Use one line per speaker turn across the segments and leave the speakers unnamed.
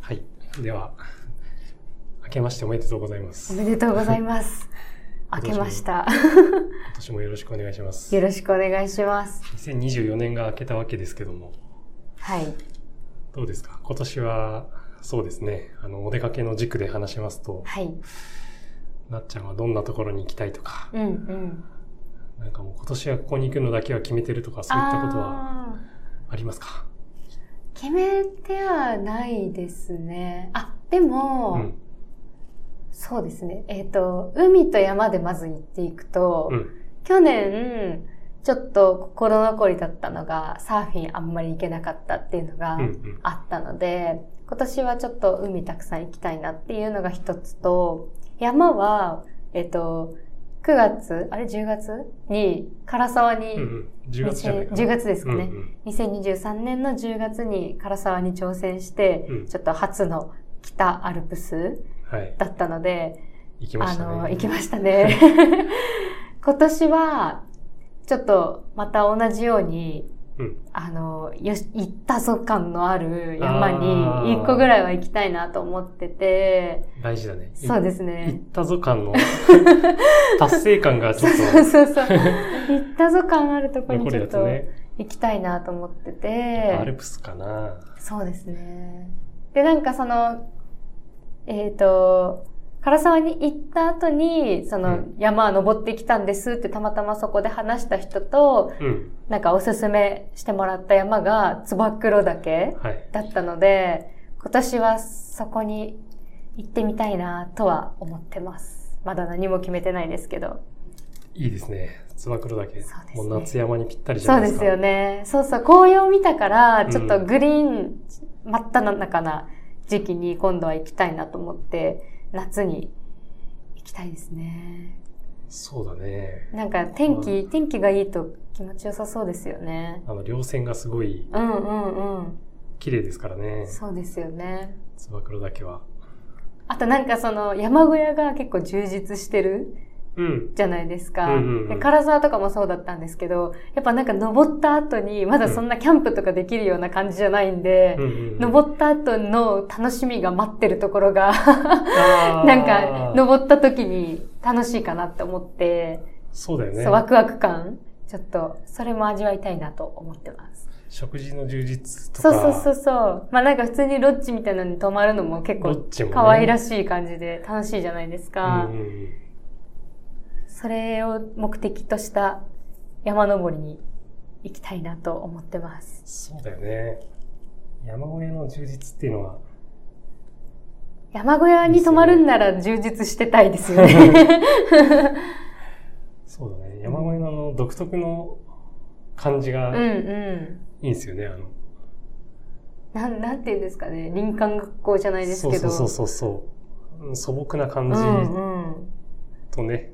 はい。では、明けましておめでとうございます。
お
今
めでとうござ います。明けました。
年もよろしくお願いします
よ。ろしくお願いします。
2024年が明けたわけですけども、
はい。
どうですか今年は、そうですね。あの、お出かけの軸で話しますと、
はい。
なっちゃんはどんなところに行きたいとか、
うんうん。
なんかもう今年はここに行くのだけは決めてるとか、そういったことは
あ
ありますか
ー決めてはないですね。あ、でも、
うん。
そうですね。えっ、と、海と山でまず行っていくと、
うん。
去年、ちょっと心残りだったのが、サーフィンあんまり行けなかったっていうのが、
うん。うん。
あったので、今年はちょっと海たくさん行きたいなっていうのが一つと、山は、えっと、9月、あれ10月に唐沢に、
うんうん。10月じゃないかな。
10月ですかね
うんうん
2023年の10月に唐沢に挑戦して、
うん
ちょっと初の北アルプス
はい。
だったので、
行きま
あ
したね。
の、行きましたね。 今年は、ちょっとまた同じように、
うん
あの、よし、行ったぞ感のある山に、一個ぐらいは行きたいなと思ってて、
大事だね。
そう
す。
です
行っ
ね。
たぞ感 の達成感がちょっと
そうそう そう。行ったぞ感あるとこに
残
ち
る
ょ
や
っ
つ
と
ね。
行きたいなと思って
アル
て、
プスかな。
そうですね。で、なんかその、えっ、と、唐沢に行った後に、そうの
ん、
山登ってきたんですってたまたまそこで話した人と、
うん。
なんかおすすめしてもらった山が、つば九郎岳
はい。
だったので、今年はそこに行ってみたいなとは思ってます。まだ何も決めてないですけど。
いいですね。つば九郎岳。
そうですね
もう夏山にぴったりじゃ
そう
ない
で
です
す
か。
よ
で
ね。そうそう、紅葉見たから、ちょっ
う
と
ん
グリーン、真っ只中な時期に今度は行きたいなと思って、夏に行きたいですね。
すよね。そうだね。
なんか天気、天気がいいと気持ちよさそうですよね。
あの、稜線がすごい
うんうんうん。
綺麗ですからね。
そうですよね。
つば九郎岳は。
あとなんかその山小屋が結構充実してる
うん。
じゃないですか。
うんうんうん
で唐沢とかもそうだったんですけど、やっぱなんか登った後にまだそんなキャンプとかできるような感じじゃないんで、
うんうんうん、
登った後の楽しみが待ってるところが、
あー
なんか登った時に楽しいかなって思って、
そうだよね
そう。ワクワク感、ちょっとそれも味わいたいなと思ってます。
食事の充実と
そ
か。
うそうそうそう。まあなんか普通にロッジみたいなのに泊まるのも結
ロッ
構
ジもね
可愛らしい感じで楽しいじゃないですか。
うんうんうん
それを目的とした山登りに行きたいなと思ってます。
そうだよね。山小屋の充実っていうのは、
山小屋に泊まるんなら充実してたいですよ ね。
そうだね。山小屋のあの独特の感じ
うん
がい
うん。
いんですよね。あの
なん、なんていうんですかね。林間学校じゃないですけ
そ
ど。
うそうそうそううん。素朴な感じ
うんうん。
とね、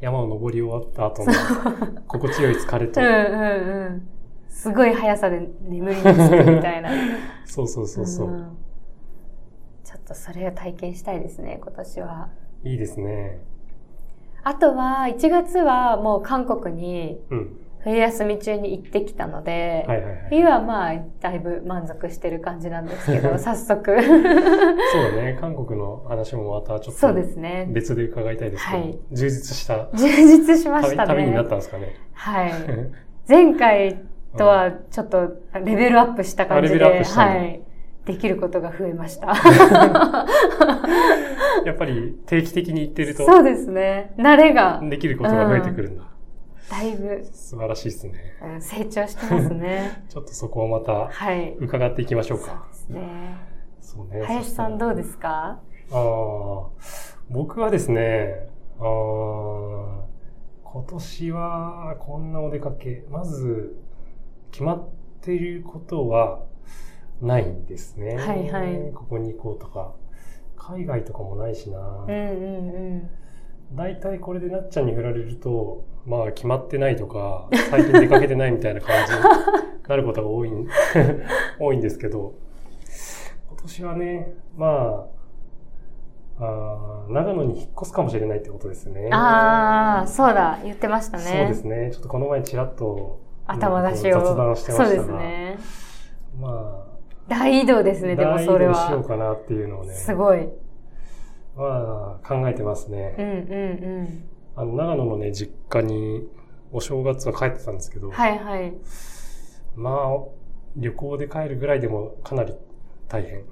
山を登り終わった後の 心地よい疲れ
う
と、
んうんうん。すごい速さで眠りにつくみたいな。
そう そうそうそう、
んちょっとそれを体験したいですね、今年は。
いいですね。
あとは、1月はもう韓国に
うん。
冬休み中に行ってきたので、
はいはいはい。
冬はまあ、だいぶ満足してる感じなんです けど、早速。
そうだね。韓国の話もまたちょっ
そうで
と
すね。
別で伺いたいですけど、
はい
充実した
充実しま
旅
した
旅にな
ね
っ。たんですかね。
はい。前回 と
う
はちょっとレベルアップした感じ
あレベ
で、
ルアップしたんだ
はい。できることが増えま した。
んやっぱり定期的に行ってると、
そうですね。慣れが
できることが増えてくるんだ。
だいぶ
素晴らしいですね。
うん成長してますね。
ちょっとそこをまた
はい。
伺っていきましょう
そう
か。
ですね。
そうね。
林さんどうですか
ああ、僕はですね、あー今年はこんなお出かけ、まず決まっていることはないんですね。
はいはい
ここに行こうとか、海外とかもないしな
うん。うんうん。
大体これでなっちゃんに振られると、まあ決まってないとか、最近出かけてないみたいな感 じになることが多いん、 多いんですけど、今年はね、まあ、あー長野に引っ越すかもしれないってことですね。
ああ、そうだ、言ってましたね。
そうですね。ちょっとこの前ちらっと
頭出しを。
雑談してました
そ
が
うですね。
まあ、
大移動ですね、でもそれ
大移動しよう
は。
かなっていうのをね、
すごい。うん
まあ、考えてますね。
うんう
あの、長野のね、実家に、お正月は帰ってたんですけど、
ん。はいはい。
まあ、旅行で帰るぐらいでもかなり大変。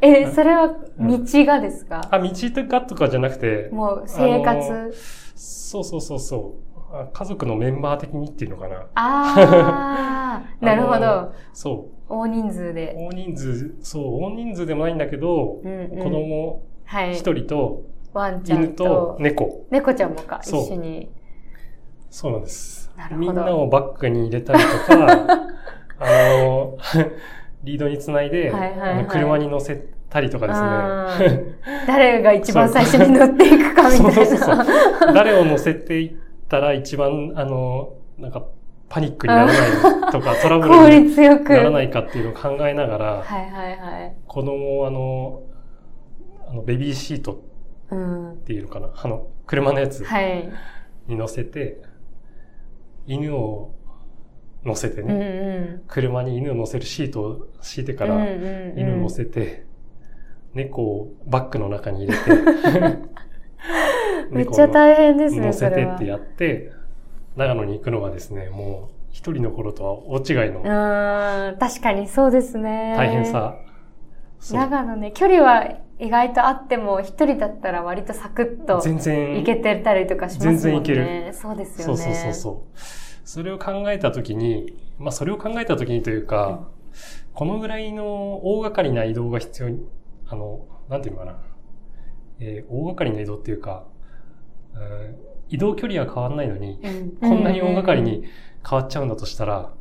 え、それは道がですか、
あ、道とかとかじゃなくて、
もう生
あの
活。
そうそうそうそうあ。家族のメンバー的にっていうのかな。、
ああなる ほ
あの
ど。
そう。
大人数で。
大人数、そう、大人数でもないんだけど、
うんうん
子供
はい。
一人と
ワンちゃん
犬と
と、
猫。
猫ちゃんもか、一
そう
緒に。
そうなんです。
なるほ
み
ど
んなをバッグに入れたりと か、あの、 リードにつないで、
はいはいはい
あの車に乗せたりとか
あ
ですね。
ー 誰が一番最初に乗っていくかみたいな。
そうそうそう誰を乗せていったら一番、あの、なんか、パニックにならない とか、トラブ
効
ルに
率よく。
ならないかっていうのを考えながら、
はいはいはい。
子供をあの、あのベビーシート
うん。
っていうのかな、あの、車のやつ
はい。
に乗せて、犬を乗せて
うん
ね、
う
車に犬を乗せるシートを敷いて
ん。
か
うん
ら、
うんうん
犬を乗せて、猫をバッグの中に入れて、
めっちゃ大変ですね、
乗
そ
せ
れ
て
は。
ってやって、長野に行くのがですね、もう一人の頃とは大違いの
うん、確かにそうですね。
大変さ。そう。
長野ね、距離は意外とあっても、一人だったら割とサクッと
全然、
行けてたりとかしますもんね。
全然行ける
そうです
そ
よね。
うそうそうそう。それを考えたときに、まあそれを考えたときにというか、このぐらいの大掛かりな移動が必要に、あの、なんていうのかな。えー大掛かりな移動っていうか、うん移動距離は変わらないのに、
うん。
こんなに大掛かりに変わっちゃうんだとしたら、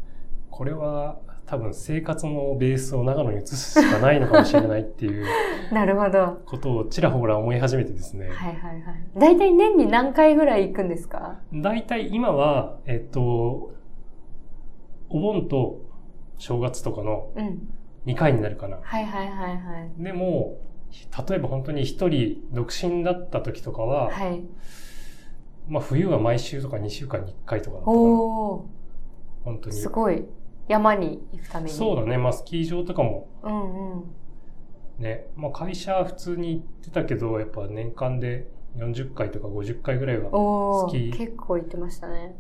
これは多分生活のベースを長野に移すしかないのかもしれないっていう
うん。なるほど。
ことをちらほら思い始めてですね。
はいはいはい。大体年に何回ぐらい行くんですか
大体今は、えっと、お盆と正月とかの
うん。
2回になるかな。
はいはいはいはい。
でも、例えば本当に一人独身だった時とかは、
はい。
まあ冬は毎週とか2週間に1回とかだったかな。
おお、
本当に。
すごい。山に行くために。
そう
だ。
だね。まあスキー場とかも
うんうん。
ね、まあ会社は普通に行ってたけど、やっぱ年間で40回とか50回ぐらいは
おお、
好き
結構行ってましたね。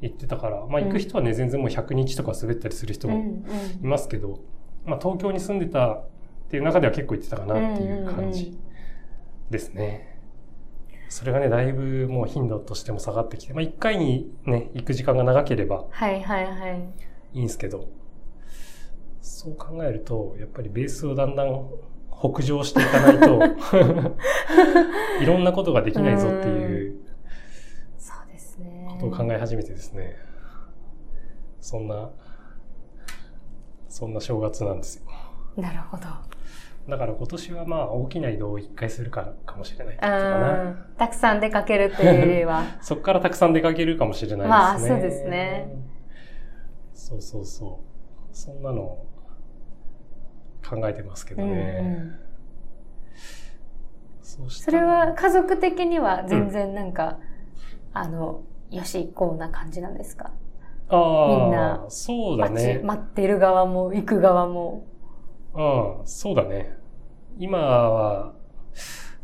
行ってたから、まあ
うん
行く人はね、全然もう100日とか滑ったりする人
うんう
も
ん。
いますけど、まあ東京に住んでたっていう中では結構行ってたかなっていう感
うんうん
じですね。それがね、だいぶもう頻度としても下がってきて、まあ1回にね、行く時間が長ければ
はいはいはい。
いいんですけど、そう考えると、やっぱりベースをだんだん北上していかないと、 いろんなことができないぞっていう
そうですね。
ことを考え始めてですね、そんな、そんな正月なんですよ。
なるほど。
だから今年はまあ大きな移動を一回するからかもしれないってことか
あ
な。
ーたくさん出かけるというより は。
そこからたくさん出かけるかもしれないですね。
まあそうですね。
そうそうそう。そんなのを考えてますけど
うん
ね。
うん
そし
そ
たら
れは家族的には全然なんか、あの、よし行こうな感じなんですか
ああ
みんな
そうだね
待ち。待ってる側も行く側も。
うん、そうだね。今は、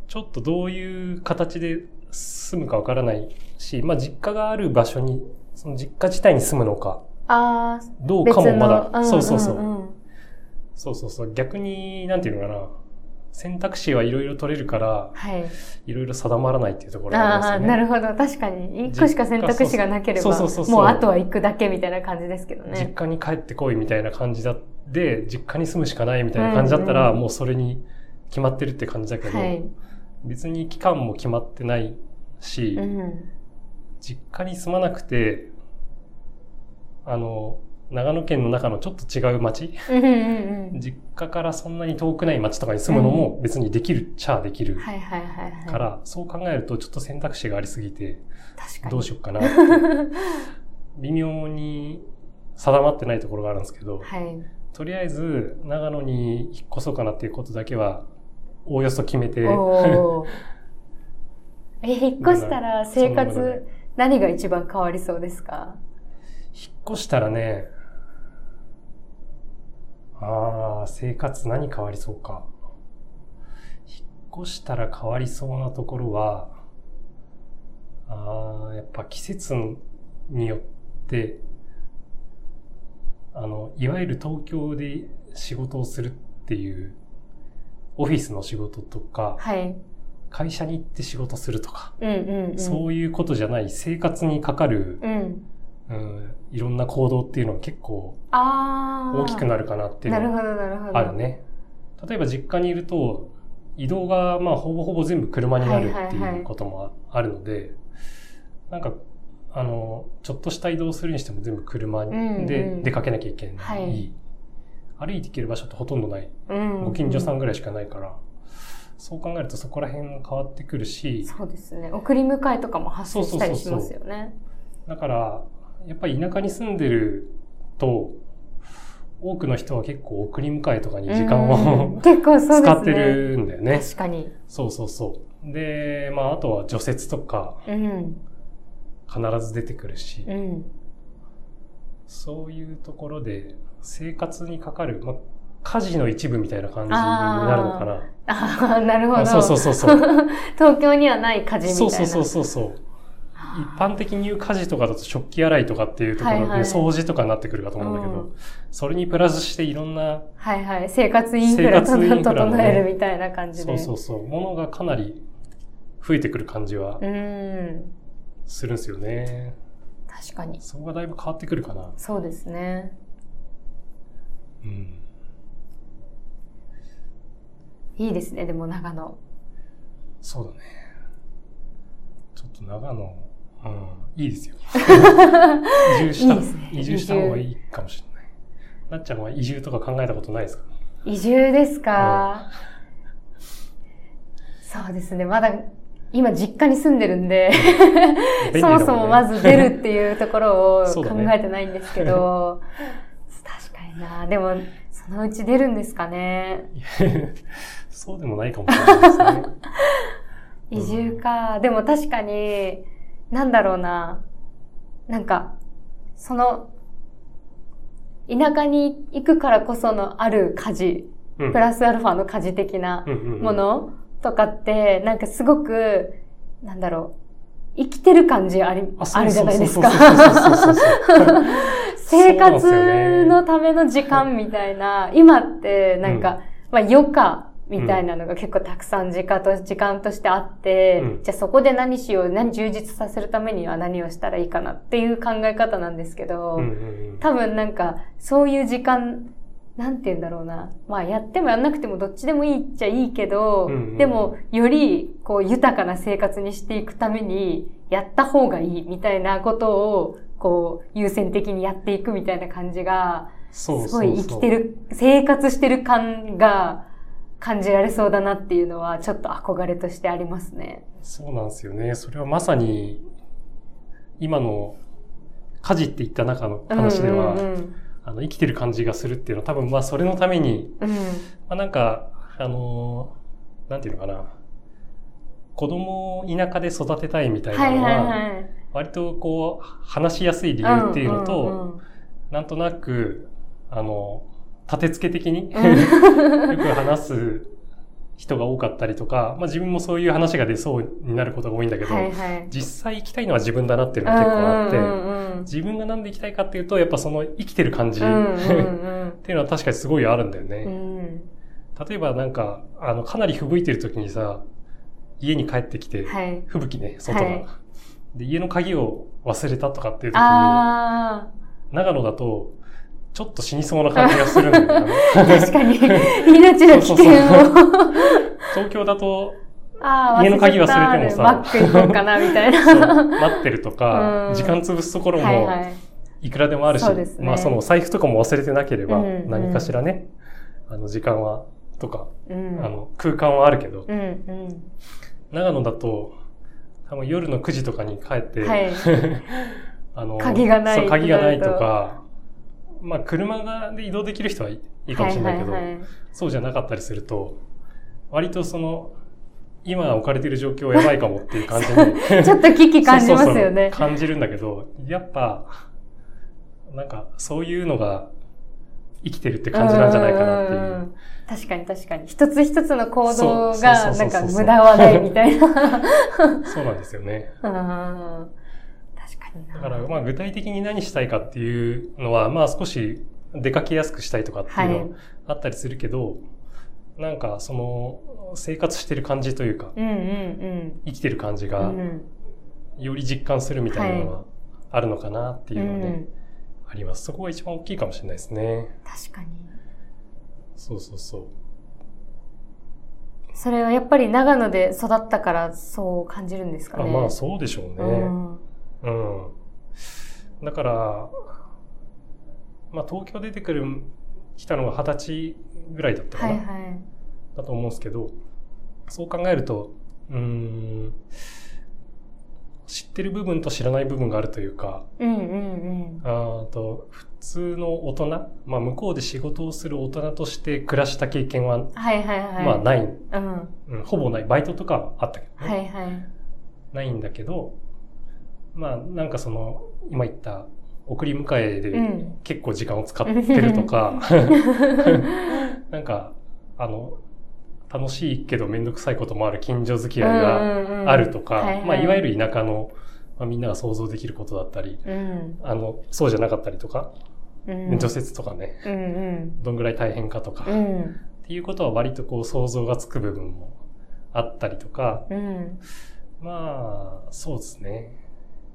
ちょっとどういう形で住むかわからないし、まあ実家がある場所に、その実家自体に住むのか、
ああ、
どう
別
か
の。
もまだ、
ん
そうそうそう。
んん
そうそうそう。逆に、なんていうのかな。選択肢はいろいろ取れるから、
はい。
いろいろ定まらないっていうところがあります
ああ
よ
ー、
ね。
なるほど。確かに。一個しか選択肢がなければ、
そうそうそうそう
もうあとは行くだけみたいな感じですけど
実
ね。
家に帰ってこいみたいな感じだで実家に住むしかないみたいな感じだったら、
うんうん
もうそれに決まってるって感じだけど、
はい。
別に期間も決まってないし、
うん。
実家に住まなくてあの長野県の中のちょっと違う町
うんうんうん。
実家からそんなに遠くない町とかに住むのも別にできるっちゃできる
はいはいはいはい。
から、そう考えるとちょっと選択肢がありすぎて
確かに。
どうしようかなって 微妙に定まってないところがあるんですけど、
はい。
とりあえず長野に引っ越そうかなっていうことだけはおおよそ決めて
おーえ、引っ越したら生
そんなもの
活何が一番変わりそうですか
引っ越したらね生活何変わりそうか。引っ越したら変わりそうなところは、あーやっぱ季節によって、あの、いわゆる東京で仕事をするっていう、オフィスの仕事とか、
はい。
会社に行って仕事するとか、
うんうん、うん。
そういうことじゃない生活にかかる、
うん。
うん、いろんな行動っていうのは結構
ああ。
大きくなるかなっていう
な
の
る
は
ほど、なるほど。
あるね。例えば実家にいると、移動がまあほぼほぼ全部車になるって
はいはい
い
はいう
こともあるので、なんか、あの、ちょっとした移動するにしても全部車
うんう
で
ん
出かけなきゃいけない。
はい
歩いて行ける場所ってほとんどない。
うん。
ご近所さんぐらいしかないから、そう考えるとそこら辺も変わってくるし、
そうですね。送り迎えとかも発生したりしますよね。
だから、やっぱり田舎に住んでると、多くの人は結構送り迎えとかに時間
うんう
を
ん結構そうですね。
使ってるんだよね。
確かに。
そうそうそう。で、まあ、あとは除雪とか
うん。
必ず出てくるし、
うん。
そういうところで生活にかかる、まあ、家事の一部みたいな感じになるのかな。
ああ、なるほ
あ
ど。
そうそうそうそう。
東京にはない家事みたい
そう
な。
そうそうそうそう。一般的に言う家事とかだと食器洗いとかっていうところで、ね
はいはい
掃除とかになってくるかと思うんだけど、
う
それにプラスしていろんな、
はいはい。生活インフ
生
ラ
活インフラの
整
ね
えるみたいな感じ
そ
で。
うそうそう、ものがかなり増えてくる感じは
うん。
するんですよね。
確かに。
そこがだいぶ変わってくるかな。
そうですね。
うん。
いいですね、でも長野。
そうだね。ちょっと長野、うん、いいですよ。移住した
いいですね
移住した方がいいかもしれない。なっちゃんは移住とか考えたことないですか
移住ですか、そうですね、まだ、今実家に住んでるんで、
便利
そ
だん
も
ね
そもまず出るっていうところ を
そ
考
うだね
えてないんですけど、確かにな。でも、そのうち出るんですかね。
そうでもないかもしれないですね。
移住か。でも確かに、なんだろうな。なんか、その、田舎に行くからこそのある家事、
うん
プラスアルファの家事的な
うんうんうん
ものとかって、なんかすごく、なんだろう、生きてる感じあり、
あそう
あるじゃないですか。
そうそうそうそう
生
そうなんですよ
活
ね
のための時間みたいな、今ってなんか、まあ余暇みたいなのが結構たくさん時間と時間としてあって、
うん
じゃあそこで何しよう、何充実させるためには何をしたらいいかなっていう考え方なんですけど、
うんうん うん
多分なんか、そういう時間、なんて言うんだろうな。まあ、やってもやんなくてもどっちでもいいっちゃいいけど、
うんうん
でも、より、こう、豊かな生活にしていくために、やった方がいいみたいなことを、こう、優先的にやっていくみたいな感じが、す
そうそうそ
ご
う
い生きてる、生活してる感が感じられそうだなっていうのは、ちょっと憧れとしてありますね。
そうなんですよね。それはまさに、今の家事って言った中の話では、
うんうん
あの生きてる感じがするっていうのは多分まあそれのために、
うん、うん
まあ、なんか、あのーなんていうのかな。子供を田舎で育てたいみたい
は
ないの
はい
は、
はい。
割とこう、話しやすい理由っていうのと、 なんとなく、あの、立て付け的に
うんうんうん、
よく話す人が多かったりとか、まあ自分もそういう話が出そうになることが多いんだけど、
はいはい。
実際行きたいのは自分だなっていうのが結構あって、
うん
自分が何で行きたいかっていうと、やっぱその生きてる感じ、
うんう
っ
んうん
ていうのは確かにすごいあるんだよ
うんう
ね。
ん
例えばなんか、あの、かなり吹雪いてる時にさ、家に帰ってきて、
はい。
吹雪ね、外が、
はい
で、家の鍵を忘れたとかっていう時に、
あ
長野だと、ちょっと死にそうな感じがするんだよね。
あ、確かに。命の危険
そう
を。
東京だと、
ああ、
家の鍵忘れてもさ
忘れたバック行こうかな、みたいな。
そう 待ってると
う
か
ん、
時間潰すところ
はい
も
はい。
いくらでもあるし、
そうですね
まあそのお財布とかも忘れてなければ、
うんうん
何かしらね、あの時間は、とか、
うん。
あの空間はあるけど、
うん、うん。
長野だと、多分夜の9時とかに帰って、
はい
あの
鍵がない
そう鍵がないと
って
か、まあ車がで移動できる人はいいいいかもしれないけど、
はいはいはい
そうじゃなかったりすると、割とその、今置かれている状況やばいかもっていう 感じに。
ちょっと危機 感じます
そう
よ
そうそう
ね。
感じるんだけど、やっぱ、なんかそういうのが生きてるって感じなんじゃないかなってい
んんん
う。
ん確かに確かに。一つ一つの行動
そう
が、
そう
な
んそうそうそう
か無駄はないみたいな。うん
そうなんですよね。
確かにな。
だから、まあ、具体的に何したいかっていうのは、まあ、少し出かけやすくしたいとかって
はいい。
うのはあったりするけど、なんか、その、生活してる感じというか、
うんうん
生きてる感じ
う
が
ん。う、ん
より実感するみたいなの
は
はあるのかなっていううのはね、
ん。
あります。そこが一番大きいかもしれないですね。
確かに。
そうそうそう。
それはやっぱり長野で育ったからそう感じるんですか
あ
ね。
まあ、そうでしょうね。
うん
うん。だから、まあ、東京出てくる、来たのが二十歳ぐらいだったか
は
な、
いはい。
だと思うんですけど、そう考えると、うーん、知ってる部分と知らない部分があるというか、
うんうん
あーと普通の大人、まあ、向こうで仕事をする大人として暮らした経験は、
うん。はいはいはい。
まあ、ない、
うん。は
うんほぼない。バイトとかはあったけどね、
いはい。
ないんだけど、まあ、なんかその、今言った、送り迎えで、
うん。
結構時間を使ってるとか、 なんか、あの、楽しいけどめんどくさいこともある近所付き合いが
が
あるとか、まあ、いわゆ
る。
る田舎の、まあ、みんなが想像できることだったり、
うん。
あの、そうじゃなかったりとか、
うん
除雪とかね、
うんうん。
どんぐらい大変かとか、
う
っ
ん。
ていうことは割とこう想像がつく部分もあったりとか、
うん。
まあ、そうですね。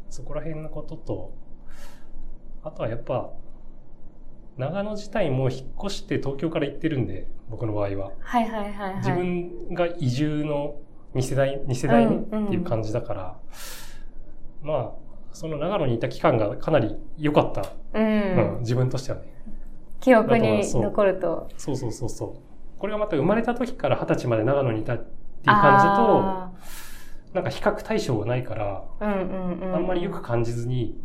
そこら辺のことと、あとはやっぱ、長野自体も引っ越して東京から行ってるんで、僕の場合は。
はいはいはいはい。
自分が移住の2世代、二世代目
うん
っていう感じだから、まあ、その長野にいた期間がかなり良かった、
うん
うん自分としてはね。
記憶に
だとは
残ると。
そうそうそうそう。これがまた生まれた時から二十歳まで長野にいたっていう感
あ
じと、なんか比較対象がないから、
ーうんうんうん。
あんまりよく感じずに、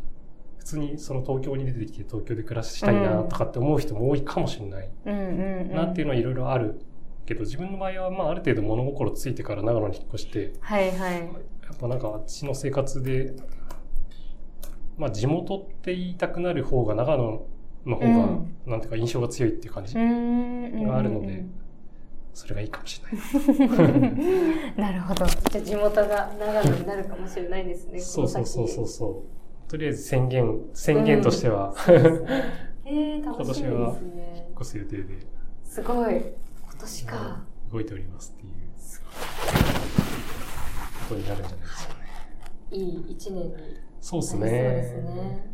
普通にその東京に出てきて東京で暮らしたいなとかって思う人も多いかもしれない
うんうんうん。
なっていうのはいろいろあるけど、自分の場合はまあある程度物心ついてから長野に引っ越して、
はいはい。
やっぱなんかあっちの生活で、まあ地元って言いたくなる方が長野の方が、
うん
なんていうか印象が強いっていう感じ
う。ん。
があるのでそれがいいかもしれない。
なるほど。じゃあ地元が長野になるかもしれないですね。。
そうそうそうそううそう。とりあえず宣言、宣言としては、
えー、楽しみですね
引っ。越す予定です
ごい。今年か。
動いておりますっていうことになるんじゃないですかね。
いい一年になり
そうで
そ
す
う
ね。
ですね。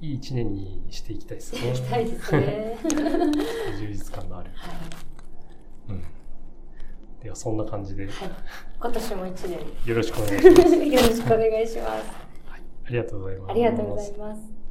いい一年にしていきたいですね。
行きたいですね。
充実感のある。
はい
うん。ではそんな感じでよ
今年も一年。
ろしくお願いします。
よろしくお願いします。
ありがとうございます。
ありがとうございます。